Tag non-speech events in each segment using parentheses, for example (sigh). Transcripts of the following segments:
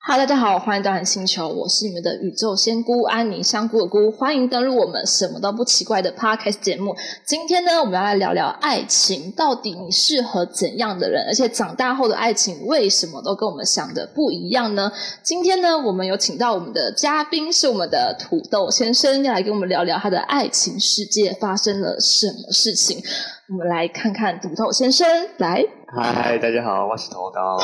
哈喽，大家好，欢迎到韩星球，我是你们的宇宙仙姑安妮香菇的菇，欢迎登录我们什么都不奇怪的 podcast 节目。今天呢，我们要来聊聊爱情，到底你适合怎样的人？而且长大后的爱情为什么都跟我们想的不一样呢？今天呢，我们有请到我们的嘉宾是我们的土豆先生，要来跟我们聊聊他的爱情世界发生了什么事情。我们来看看土豆先生，来，嗨，大家好，我是头刀。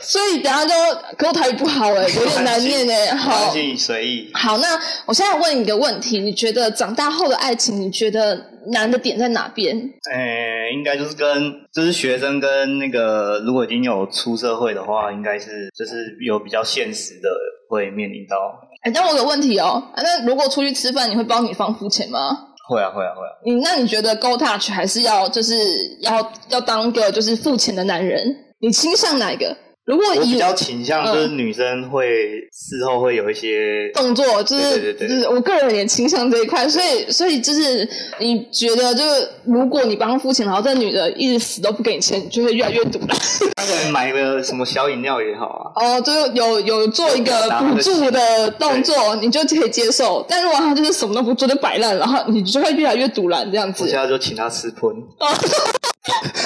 所以等下就给我台语不好哎、有点难念哎、好关。系随意。好，那我现在问你一个问题：你觉得长大后的爱情，你觉得难的点在哪边？诶、哎应该就是跟就是学生跟那个，如果已经有出社会的话，应该是就是有比较现实的会面临到。哎，但我有个问题哦，啊那如果出去吃饭，你会帮女方付钱吗？会啊，会啊，会啊。你那你觉得 go touch 还是要就是要要当个就是付钱的男人？你倾向哪一个？如果我比以较倾向嗯哦就是女生会事后会有一些，动作，就是对对对对就是我个人也倾向这一块，所以所以就是你觉得就是如果你帮他付钱，然后这女的一直死都不给你钱，你就会越来越堵了。她可能买个什么小饮料也好啊。哦，就是有有做一个补助的动作，你就可以接受。但如果他就是什么都不做就摆烂，然后你就会越来越堵烂这样子我。现在就请她吃喷。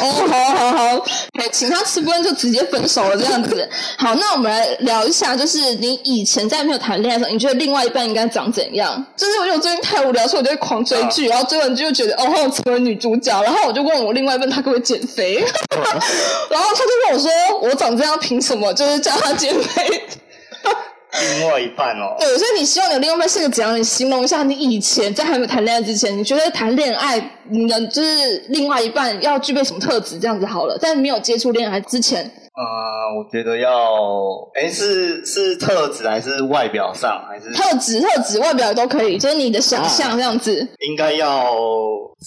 哦，好好好，哎，请他吃不完就直接分手了这样子。好，那我们来聊一下，就是你以前在没有谈恋爱的时候，你觉得另外一半应该长怎样？就是因为我最近太无聊，所以我就会狂追剧，然后追完剧就觉得哦，我成为女主角，然后我就问我另外一半，他可不可以减肥？然后他就问我说，我长这样凭什么？就是叫他减肥。另外一半哦，对，所以你希望你的另外一半是个怎样？你形容一下，你以前在还没有谈恋爱之前，你觉得谈恋爱，你的就是另外一半要具备什么特质？这样子好了，在没有接触恋爱之前，呃，我觉得要，诶，是是特质还是外表上，还是特质、特质、外表都可以，就是你的想象这样子，应该要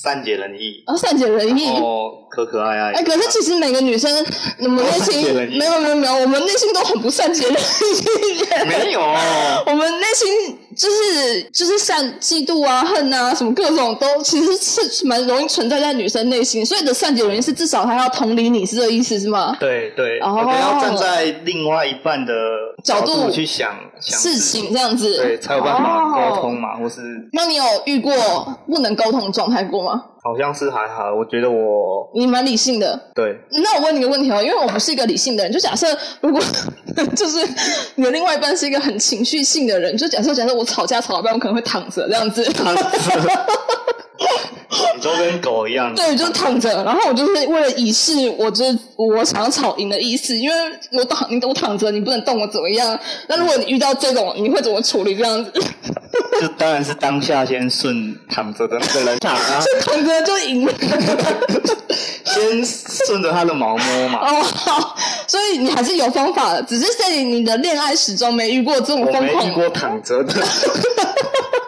善解人意。然后善解人意。哦，可可爱爱。哎，可是其实每个女生，我们内善解心人意没有没有没有，我们内心都很不善解人意。没 (laughs) 有，我们内心就是就是像嫉妒啊、恨啊，什么各种都其实是蛮容易存在在女生内心，所以你的善解人意是至少她要同理你，是这个意思是吗？对对，哦我觉得要站在另外一半的角度度去想想事情，这样子，对，才有办法沟哦通嘛，或是那你有遇过不能沟通的状态过吗？好像是还好，我觉得我你蛮理性的，对那我问你个问题哦，因为我不是一个理性的人，就假设如果 (laughs) 就是你的另外一半是一个很情绪性的人，就假设假设我吵架吵到一半，我可能会躺着这样子，你都跟狗一样，对，就躺着，然后我就是为了以示我就是我想要吵赢的意思，因为我躺你我躺着，你不能动我怎么样？那如果你遇到这种，你会怎么处理这样子？ (laughs) 就当然是当下先顺躺着的那个人躺 (laughs) 啊，躺着就赢了先顺着他的毛摸嘛。哦，好，所以你还是有方法的，只是在你的恋爱始终没遇过这种我疯没遇狂过躺着的，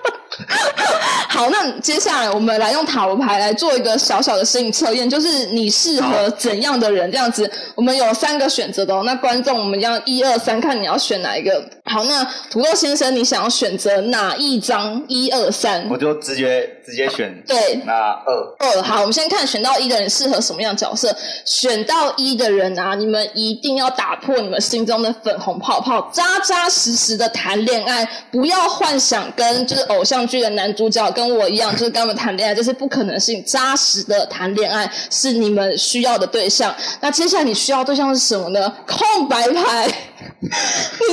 (laughs) 好，那接下来我们来用塔罗牌来做一个小小的心理测验，就是你适合怎样的人这样子。我们有三个选择的哦，那观众我们要一二三，看你要选哪一个。好，那土豆先生，你想要选择哪一张？一二三我，就直接直接选对。那二。二哦好，我们先看选到一的人适合什么样的角色。选到一的人啊，你们一定要打破你们心中的粉红泡泡，扎扎实实的谈恋爱，不要幻想跟就是偶像剧的男主角跟我一样，就是跟他们谈恋爱，这是不可能的事情。扎实的谈恋爱是你们需要的对象。那接下来你需要的对象是什么呢？空白牌。 (laughs) 你的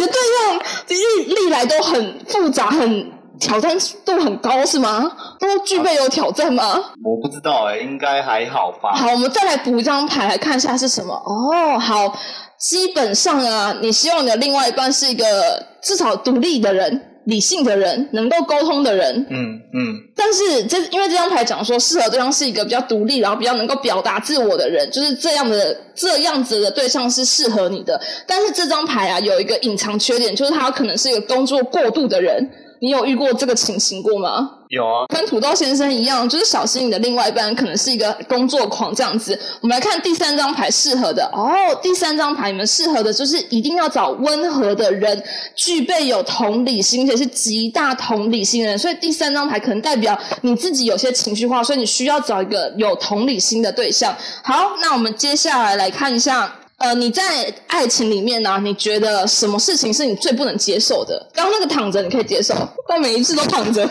对象历历来都很复杂，很挑战度很高是吗？都具备有挑战吗？我不知道哎、应该还好吧。好，我们再来补一张牌来看一下是什么。哦，好，基本上啊，你希望你的另外一半是一个至少独立的人、理性的人、能够沟通的人。嗯嗯，但是这因为这张牌讲说，适合对象是一个比较独立，然后比较能够表达自我的人，就是这样的这样子的对象是适合你的。但是这张牌啊，有一个隐藏缺点，就是他可能是一个工作过度的人。你有遇过这个情形过吗？有啊，跟土豆先生一样，就是小心你的另外一半可能是一个工作狂这样子。我们来看第三张牌适合的哦，第三张牌你们适合的就是一定要找温和的人，具备有同理心，而且是极大同理心的人。所以第三张牌可能代表你自己有些情绪化，所以你需要找一个有同理心的对象。好，那我们接下来来看一下。呃，你在爱情里面呢、啊你觉得什么事情是你最不能接受的？刚刚那个躺着你可以接受，但每一次都躺着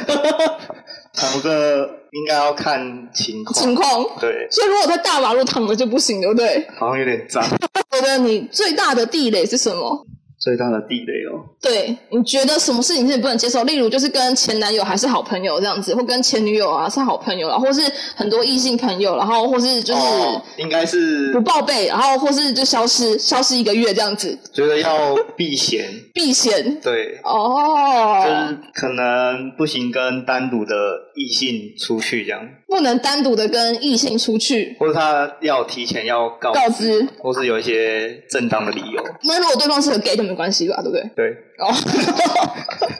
躺着应该要看情况，情况。对，所以如果在大马路躺着就不行，对不对？ (laughs) 好像有点脏。觉得你最大的地雷是什么？最大的地雷哦，对，你觉得什么事情是你不能接受？例如，就是跟前男友还是好朋友这样子，或跟前女友啊是好朋友啊，或是很多异性朋友，然后或是就是哦应该是不报备，然后或是就消失消失一个月这样子，觉得要避嫌，避嫌对，就哦，是可能不行跟单独的异性出去这样，不能单独的跟异性出去或者他要提前要告告知。或是有一些正当的理由，那如果对方是个 gay 就没关系吧，对不对？对，哦， (laughs)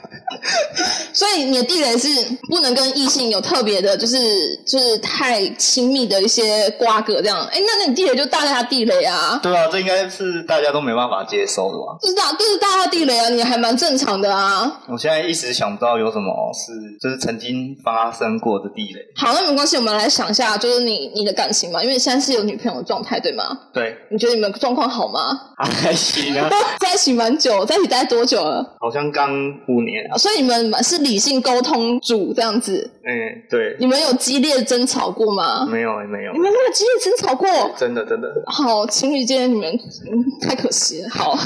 所以你的地雷是不能跟异性有特别的，就是就是太亲密的一些瓜葛这样。哎，那那你地雷就大家地雷啊，对啊，这应该是大家都没办法接受的吧？就是大就是大家地雷啊，你还蛮正常的啊。我现在一时想不到有什么是就是曾经发生过的地雷，好，那没关系，我们来想一下，就是你你的感情嘛，因为你现在是有女朋友的状态对吗？对，你觉得你们状况好吗？ (laughs) 还行啊，在一起蛮久，在一起待多久了？好像刚五年啊，所以你们是理性沟通组这样子，嗯，对，你们有激烈争吵过吗？没有没有你，们没有激烈争吵过？真的真的，好，情侣间你们、嗯太可惜了。好，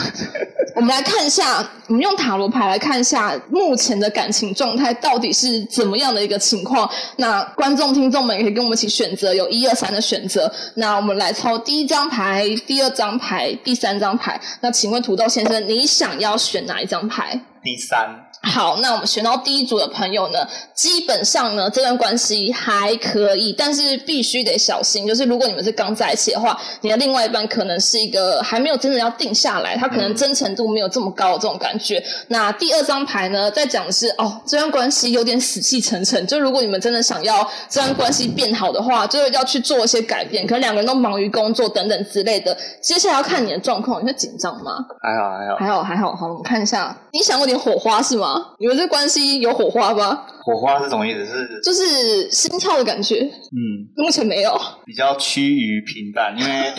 我们来看一下，我们用塔罗牌来看一下目前的感情状态到底是怎么样的一个情况。那观众听众们也可以跟我们一起选择，有一二三的选择。那我们来抽第一张牌、第二张牌、第三张牌。那请问土豆先生，你想要选哪一张牌？第三，好，那我们选到第一组的朋友呢，基本上呢这段关系还可以，但是必须得小心，就是如果你们是刚在一起的话，你的另外一半可能是一个还没有真的要定下来，他可能真诚度没有这么高这种感觉。那第二张牌呢，在讲的是哦，这段关系有点死气沉沉，就如果你们真的想要这段关系变好的话，就是要去做一些改变，可能两个人都忙于工作等等之类的。接下来要看你的状况，你会紧张吗？还好还好，还好还好，好，我们看一下，你想有点火花是吗？你们这关系有火花吧？火花是什么意思？是就是心跳的感觉，嗯，目前没有。比较趋于平淡，因 (laughs) 为？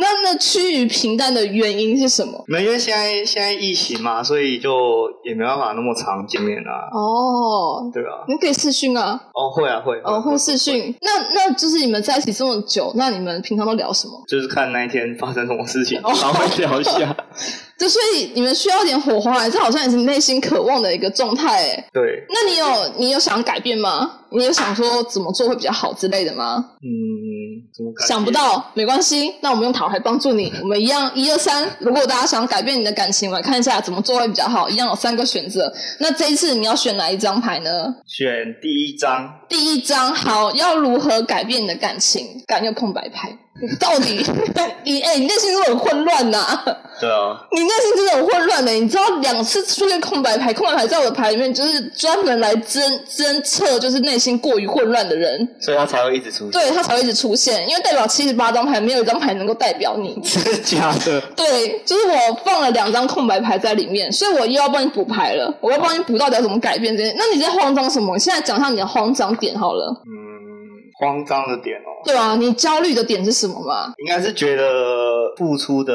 那那趋于平淡的原因是什么没有因为现在现在疫情嘛，所以就也没办法那么常见面啊，哦，对啊，你可以视讯啊，哦会啊会，哦，会视，讯。那那就是你们在一起这么久，那你们平常都聊什么？就是看那一天发生什么事情，哦稍微聊 (laughs) 一下，就所以你们需要一点火花，这好像也是你内心渴望的一个状态。哎，对，那你有你有想改变吗？你有想说怎么做会比较好之类的吗？嗯，怎么感觉想不，到没关系，那我们用塔罗牌帮助你。我们一样一二三，如果大家想改变你的感情，我们来看一下怎么做会比较好。一样有三个选择，那这一次你要选哪一张牌呢？选第一张，第一张，好，要如何改变你的感情？感又空白牌，你到底你哎、你内心是不是很混乱呐、 (laughs) 对啊，你内心真的很混乱的、你知道两次出现空白牌，空白牌在我的牌里面就是专门来侦侦测，就是内心过于混乱的人。所以他才会一直出现，对他才会一直出现，因为代表七十八张牌没有一张牌能够代表你。 (laughs) 真的假的？对，就是我放了两张空白牌在里面，所以我又要帮你补牌了，我要帮你补到底要怎么改变这些。那你在慌张什么？现在讲一下你的慌张点好了，嗯，慌张的点哦，对啊，你焦虑的点是什么嘛？应该是觉得付出的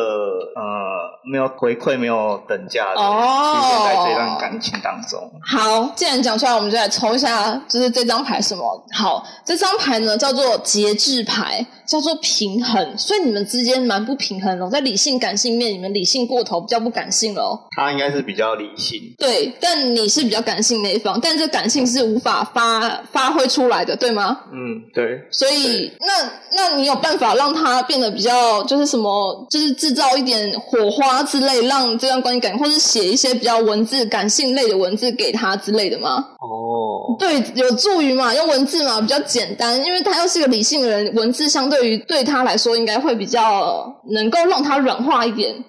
呃没有回馈，没有等价的，哦出现在这段感情当中，好，既然讲出来，我们就来抽一下，就是这张牌什么？好，这张牌呢叫做节制牌，叫做平衡，所以你们之间蛮不平衡的哦，在理性感性面，你们理性过头，比较不感性了哦。他应该是比较理性，对，但你是比较感性那一方，但这感性是无法发发挥出来的，对吗？嗯，对，所以，那那你有办法让他变得比较，就是什么，就是制造一点火花之类，让这段关系感，或是写一些比较文字感性类的文字给他之类的吗？哦，对，有助于嘛，用文字嘛比较简单，因为他又是个理性的人，文字相对于对他来说应该会比较能够让他软化一点，嗯，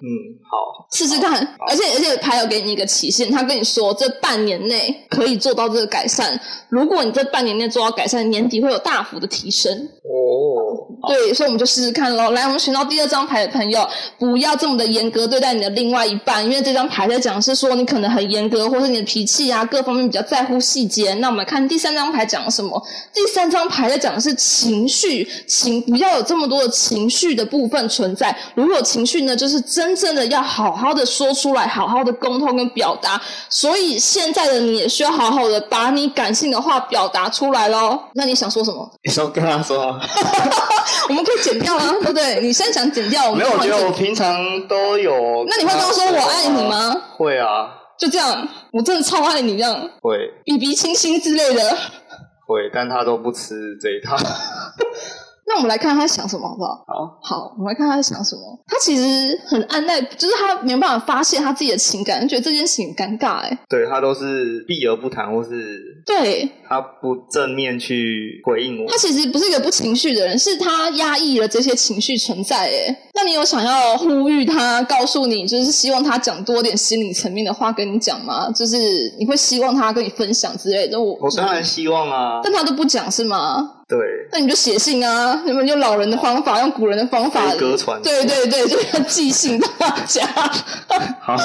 好，试试看，而且而且牌有给你一个期限，他跟你说这半年内可以做到这个改善。如果你这半年内做到改善，年底会有大幅的提升。哦，对，所以我们就试试看喽。来，我们选到第二张牌的朋友，不要这么的严格对对待你的另外一半，因为这张牌在讲是说你可能很严格，或是你的脾气啊各方面比较在乎细节。那我们来看第三张牌讲什么？第三张牌在讲的是情绪，情不要有这么多的情绪的部分存在。如果情绪呢，就是真正的要好好的说出来，好好的沟通跟表达。所以现在的你也需要好好的把你感性的话表达出来喽。那你想说什么？你说跟他说啊， (laughs) 我们可以剪掉啊，对不对？你现在想剪哦掉，我没们有，我换觉一得个我平常都有。那你会跟他说我爱你？吗？会啊，就这样，我真的超爱你这样，会比比亲亲之类的。会，但他都不吃这一 (laughs) 套。 (laughs) 那我们来看他想什么好不好？好，好，我们来看他在想什么。他其实很按耐，就是他没有办法发泄他自己的情感，觉得这件事情很尴尬哎、对他都是避而不谈，或是对他不正面去回应我他。其实不是一个不情绪的人，是他压抑了这些情绪存在哎、那你有想要呼吁他，告诉你就是希望他讲多点心理层面的话跟你讲吗？就是你会希望他跟你分享之类的。我我当然希望啊，但他都不讲是吗？对，那你就写信啊，你们用老人的方法，用古人的方法飞，鸽传书对对对，就要寄信到他家。 (laughs) 好，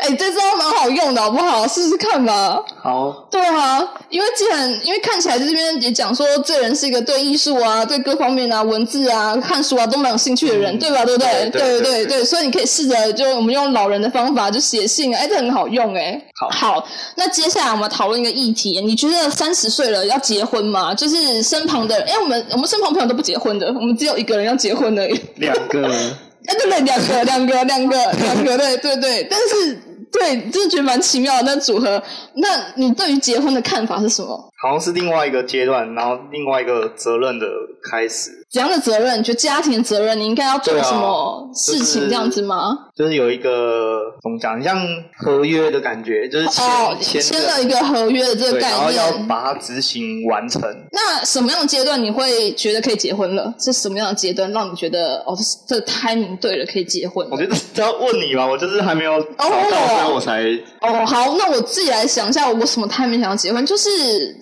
哎、这招蛮好用的，好不好？试试看吧。好，对啊，因为既然因为看起来这边也讲说，这人是一个对艺术啊、对各方面啊、文字啊、看书啊都蛮有兴趣的人，嗯对吧？对不对？对对对对对所以你可以试着就我们用老人的方法，就写信啊，哎，这很好用哎、好好，那接下来我们讨论一个议题，你觉得三十岁了要结婚吗？就是身旁的人，哎，我们我们身旁朋友都不结婚的，我们只有一个人要结婚而已。两个，哎，对对，两个，两个，两个，两个，对对对，但是对，真的觉得蛮奇妙的那组合。那你对于结婚的看法是什么？ (laughs) 好像是另外一个阶段，然后另外一个责任的开始，怎样的责任？你觉得家庭的责任，你应该要做对啊什么事情就是这样子吗？就是有一个怎么讲，像合约的感觉，就是签、哦，签签着了一个合约的这个对，然概后要念。把它执行完成。那什么样的阶段你会觉得可以结婚了？是什么样的阶段让你觉得哦，这这 timing 对了，可以结婚了我觉得这要问你吧，我就是还没有找到，哦所以我才哦，好，那我自己来想一下，我为什么他没想要结婚？就是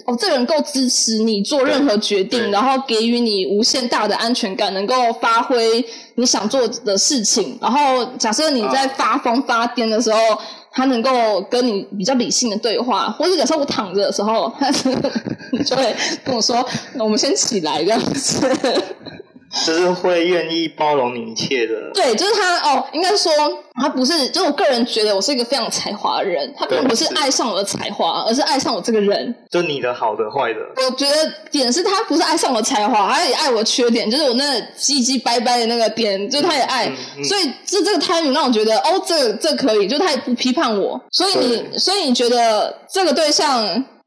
哦，这个人够支持你做任何决定，对然后给予你无限大的安全感，能够发挥你想做的事情。然后，假设你在啊发疯发癫的时候，他能够跟你比较理性的对话，或者假设我躺着的时候， (laughs) 他你就会跟我说：“我们先起来这样子。”就是会愿意包容你一切的。对，就是他哦，应该说他不是，就是我个人觉得我是一个非常有才华的人，他并对不是是爱上我的才华，而是爱上我这个人。就你的好的、坏的，我觉得点是他不是爱上我才华，他也爱我缺点，就是我那个唧唧掰掰的那个点，就是他也爱，嗯嗯嗯所以这这个 timing 让我觉得哦，这这可以，就他也不批判我，所以你对所以你觉得这个对象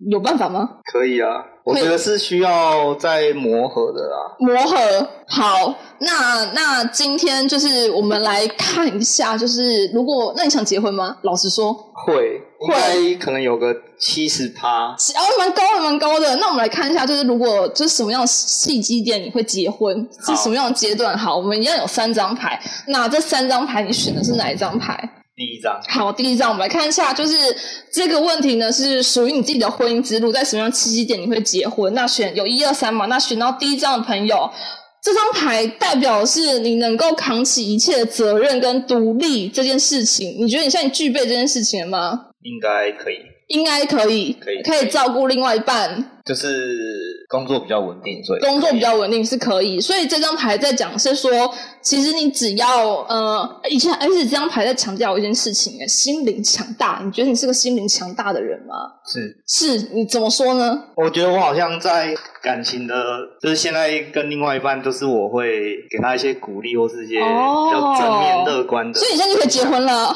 有办法吗？可以啊。我觉得是需要再磨合的啦。磨合好，那那今天就是我们来看一下，就是如果那你想结婚吗？老实说，会，应该可能有个七十趴。哦，蛮高的，蛮高的。那我们来看一下，就是如果就是什么样的契机点你会结婚，是好什么样的阶段？好，我们一样有三张牌，那这三张牌你选的是哪一张牌？第一张，好，第一张我们来看一下，就是这个问题呢是属于你自己的婚姻之路，在什么样的契机点你会结婚？那选有一二三嘛，那选到第一张的朋友，这张牌代表的是你能够扛起一切的责任跟独立这件事情。你觉得你现在具备这件事情了吗？应该可以，应该可以，可以可以照顾另外一半，就是工作比较稳定，所以工作比较稳定是可以，所以这张牌在讲是说，其实你只要呃，以前而且这张牌在强调一件事情，哎心灵强大。你觉得你是个心灵强大的人吗？是。是，你怎么说呢？我觉得我好像在感情的，就是现在跟另外一半，就是我会给他一些鼓励，或是一些比哦较正面乐观的。所以你现在就可以结婚了。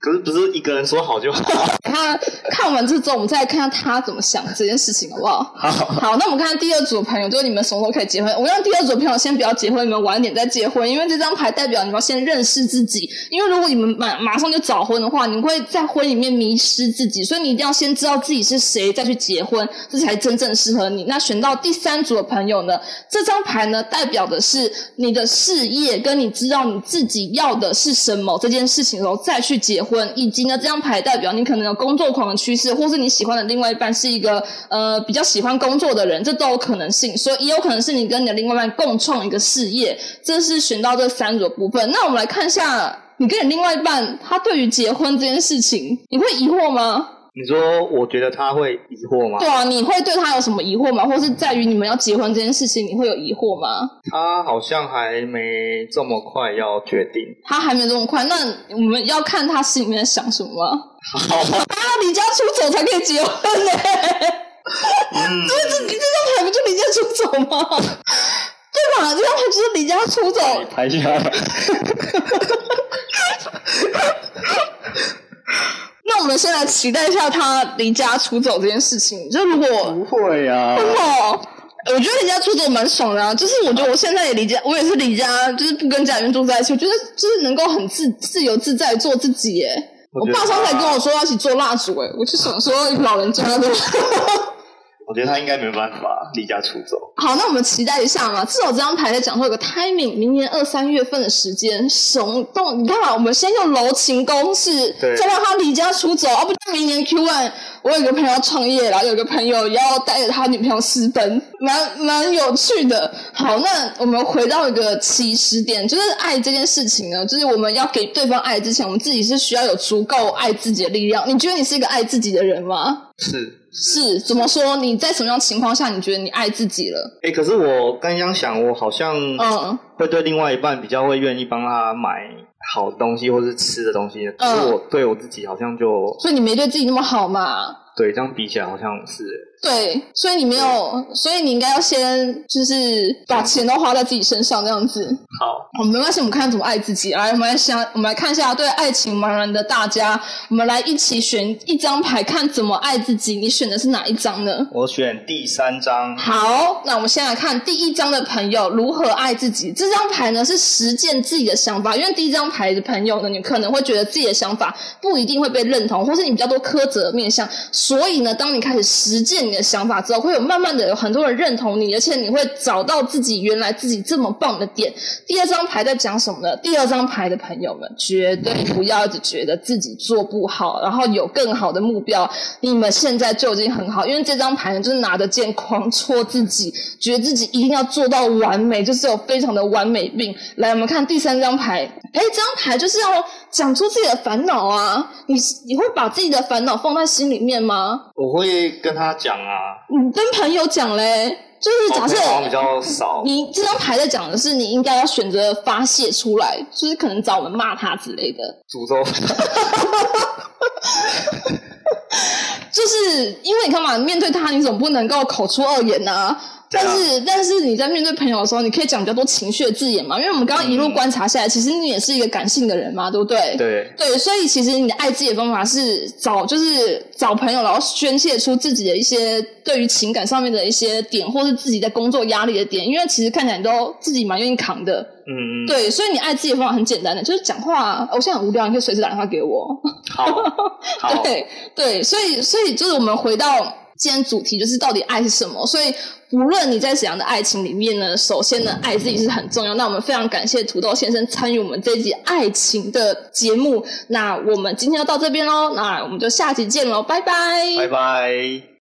可是不是一个人说好就好。看看完这之后，我们再来看看他怎么想这件事情，好不好？ (laughs) 好，好，那我们看看第二组的朋友，就是你们什么时候可以结婚？我让第二组的朋友先不要结婚，你们晚一点再结婚，因为这张牌代表你们要先认识自己。因为如果你们马马上就早婚的话，你们会在婚里面迷失自己，所以你一定要先知道自己是谁，再去结婚，这才真正适合你。那选到第三组的朋友呢？这张牌呢，代表的是你的事业，跟你知道你自己要的是什么这件事情的时候再去结婚，以及呢，这张牌代表你可能有工作狂的趋势，或是你喜欢的另外一半是一个呃比较喜欢工作的人，这都有可能性。所以也有可能是你跟你的另外一半共创一个事业，这是选到这三组的部分。那我们来看一下。你跟你另外一半，他对于结婚这件事情，你会疑惑吗？你说，我觉得他会疑惑吗对？啊，你会对他有什么疑惑吗？或是在于你们要结婚这件事情，你会有疑惑吗？他好像还没这么快要决定。他还没这么快，那我们要看他心里面在想什么啊。好，啊，离家出走才可以结婚呢、嗯，你这张牌不就离家出走吗？对吧？这张牌就是离家出走，拍下来。那我们先来期待一下他离家出走这件事情。就如果 (laughs) 不会啊，哦，我觉得离家出走蛮爽的啊。就是我觉得我现在也离家，我也是离家，就是不跟家里面住在一起。我觉得就是能够很自自由自在地做自己耶。我我觉得爸上次还跟我说要一起做蜡烛哎，我就想说老人家的。我觉得他应该没办法离家出走。好，那我们期待一下嘛。至少这张牌在讲说有个 timing，明年二三月份的时间，熊动。你看嘛，我们先用柔情公式，对再让他离家出走，哦要、不就明年 Q one。我有一个朋友要创业，然后有一个朋友要带着他女朋友私奔，蛮蛮有趣的。好，那我们回到一个起始点，就是爱这件事情呢，就是我们要给对方爱之前，我们自己是需要有足够爱自己的力量。你觉得你是一个爱自己的人吗？是，是，怎么说？你在什么样的情况下，你觉得你爱自己了？哎、可是我刚刚想，我好像嗯，会对另外一半比较会愿意帮他买好东西或是吃的东西，嗯可是我对我自己好像就所以你没对自己那么好嘛？对这样比起来好像是对，所以你没有，所以你应该要先就是把钱都花在自己身上这样子。哦好。好，没关系，我们看怎么爱自己。来，我们来想，我们来看一下对爱情茫然的大家，我们来一起选一张牌，看怎么爱自己。你选的是哪一张呢？我选第三张，好，那我们先来看第一章的朋友如何爱自己。这张牌呢是实践自己的想法，因为第一张牌的朋友呢，你可能会觉得自己的想法不一定会被认同，或是你比较多苛责的面向。所以呢，当你开始实践你的想法之后，会有慢慢的有很多人认同你，而且你会找到自己原来自己这么棒的点。第二张牌在讲什么呢？第二张牌的朋友们，绝对不要一直觉得自己做不好，然后有更好的目标。你们现在就已经很好，因为这张牌呢，就是拿着剑狂戳自己，觉得自己一定要做到完美，就是有非常的完美病。来，我们看第三张牌，哎，这张牌就是要讲出自己的烦恼啊。你你会把自己的烦恼放在心里面吗？我会跟他讲啊，你跟朋友讲嘞，就是假设我朋友好像比较少，你这张牌在讲的是，你应该要选择发泄出来，就是可能找我们骂他之类的。诅咒就是因为你看嘛，面对他，你总不能够口出恶言呐、对啊但是，但是你在面对朋友的时候，你可以讲比较多情绪的字眼嘛。因为我们刚刚一路观察下来，其实你也是一个感性的人嘛，对不对？ (laughs) 嗯对，对，所以其实你的爱自己的方法是找，就是找朋友，然后宣泄出自己的一些对于情感上面的一些点，或是自己在工作压力的点。因为其实看起来你都自己蛮愿意扛的，嗯，对，所以你爱自己的方法很简单的，就是讲话、啊。我现在很无聊，你可以随时打电话给我。好，(laughs) 好，对对，所以所以就是我们回到今天主题，就是到底爱是什么？所以无论你在怎样的爱情里面呢，首先呢，爱自己是很重要。那我们非常感谢土豆先生参与我们这一集爱情的节目。那我们今天就到这边喽，那我们就下集见喽，拜拜拜拜。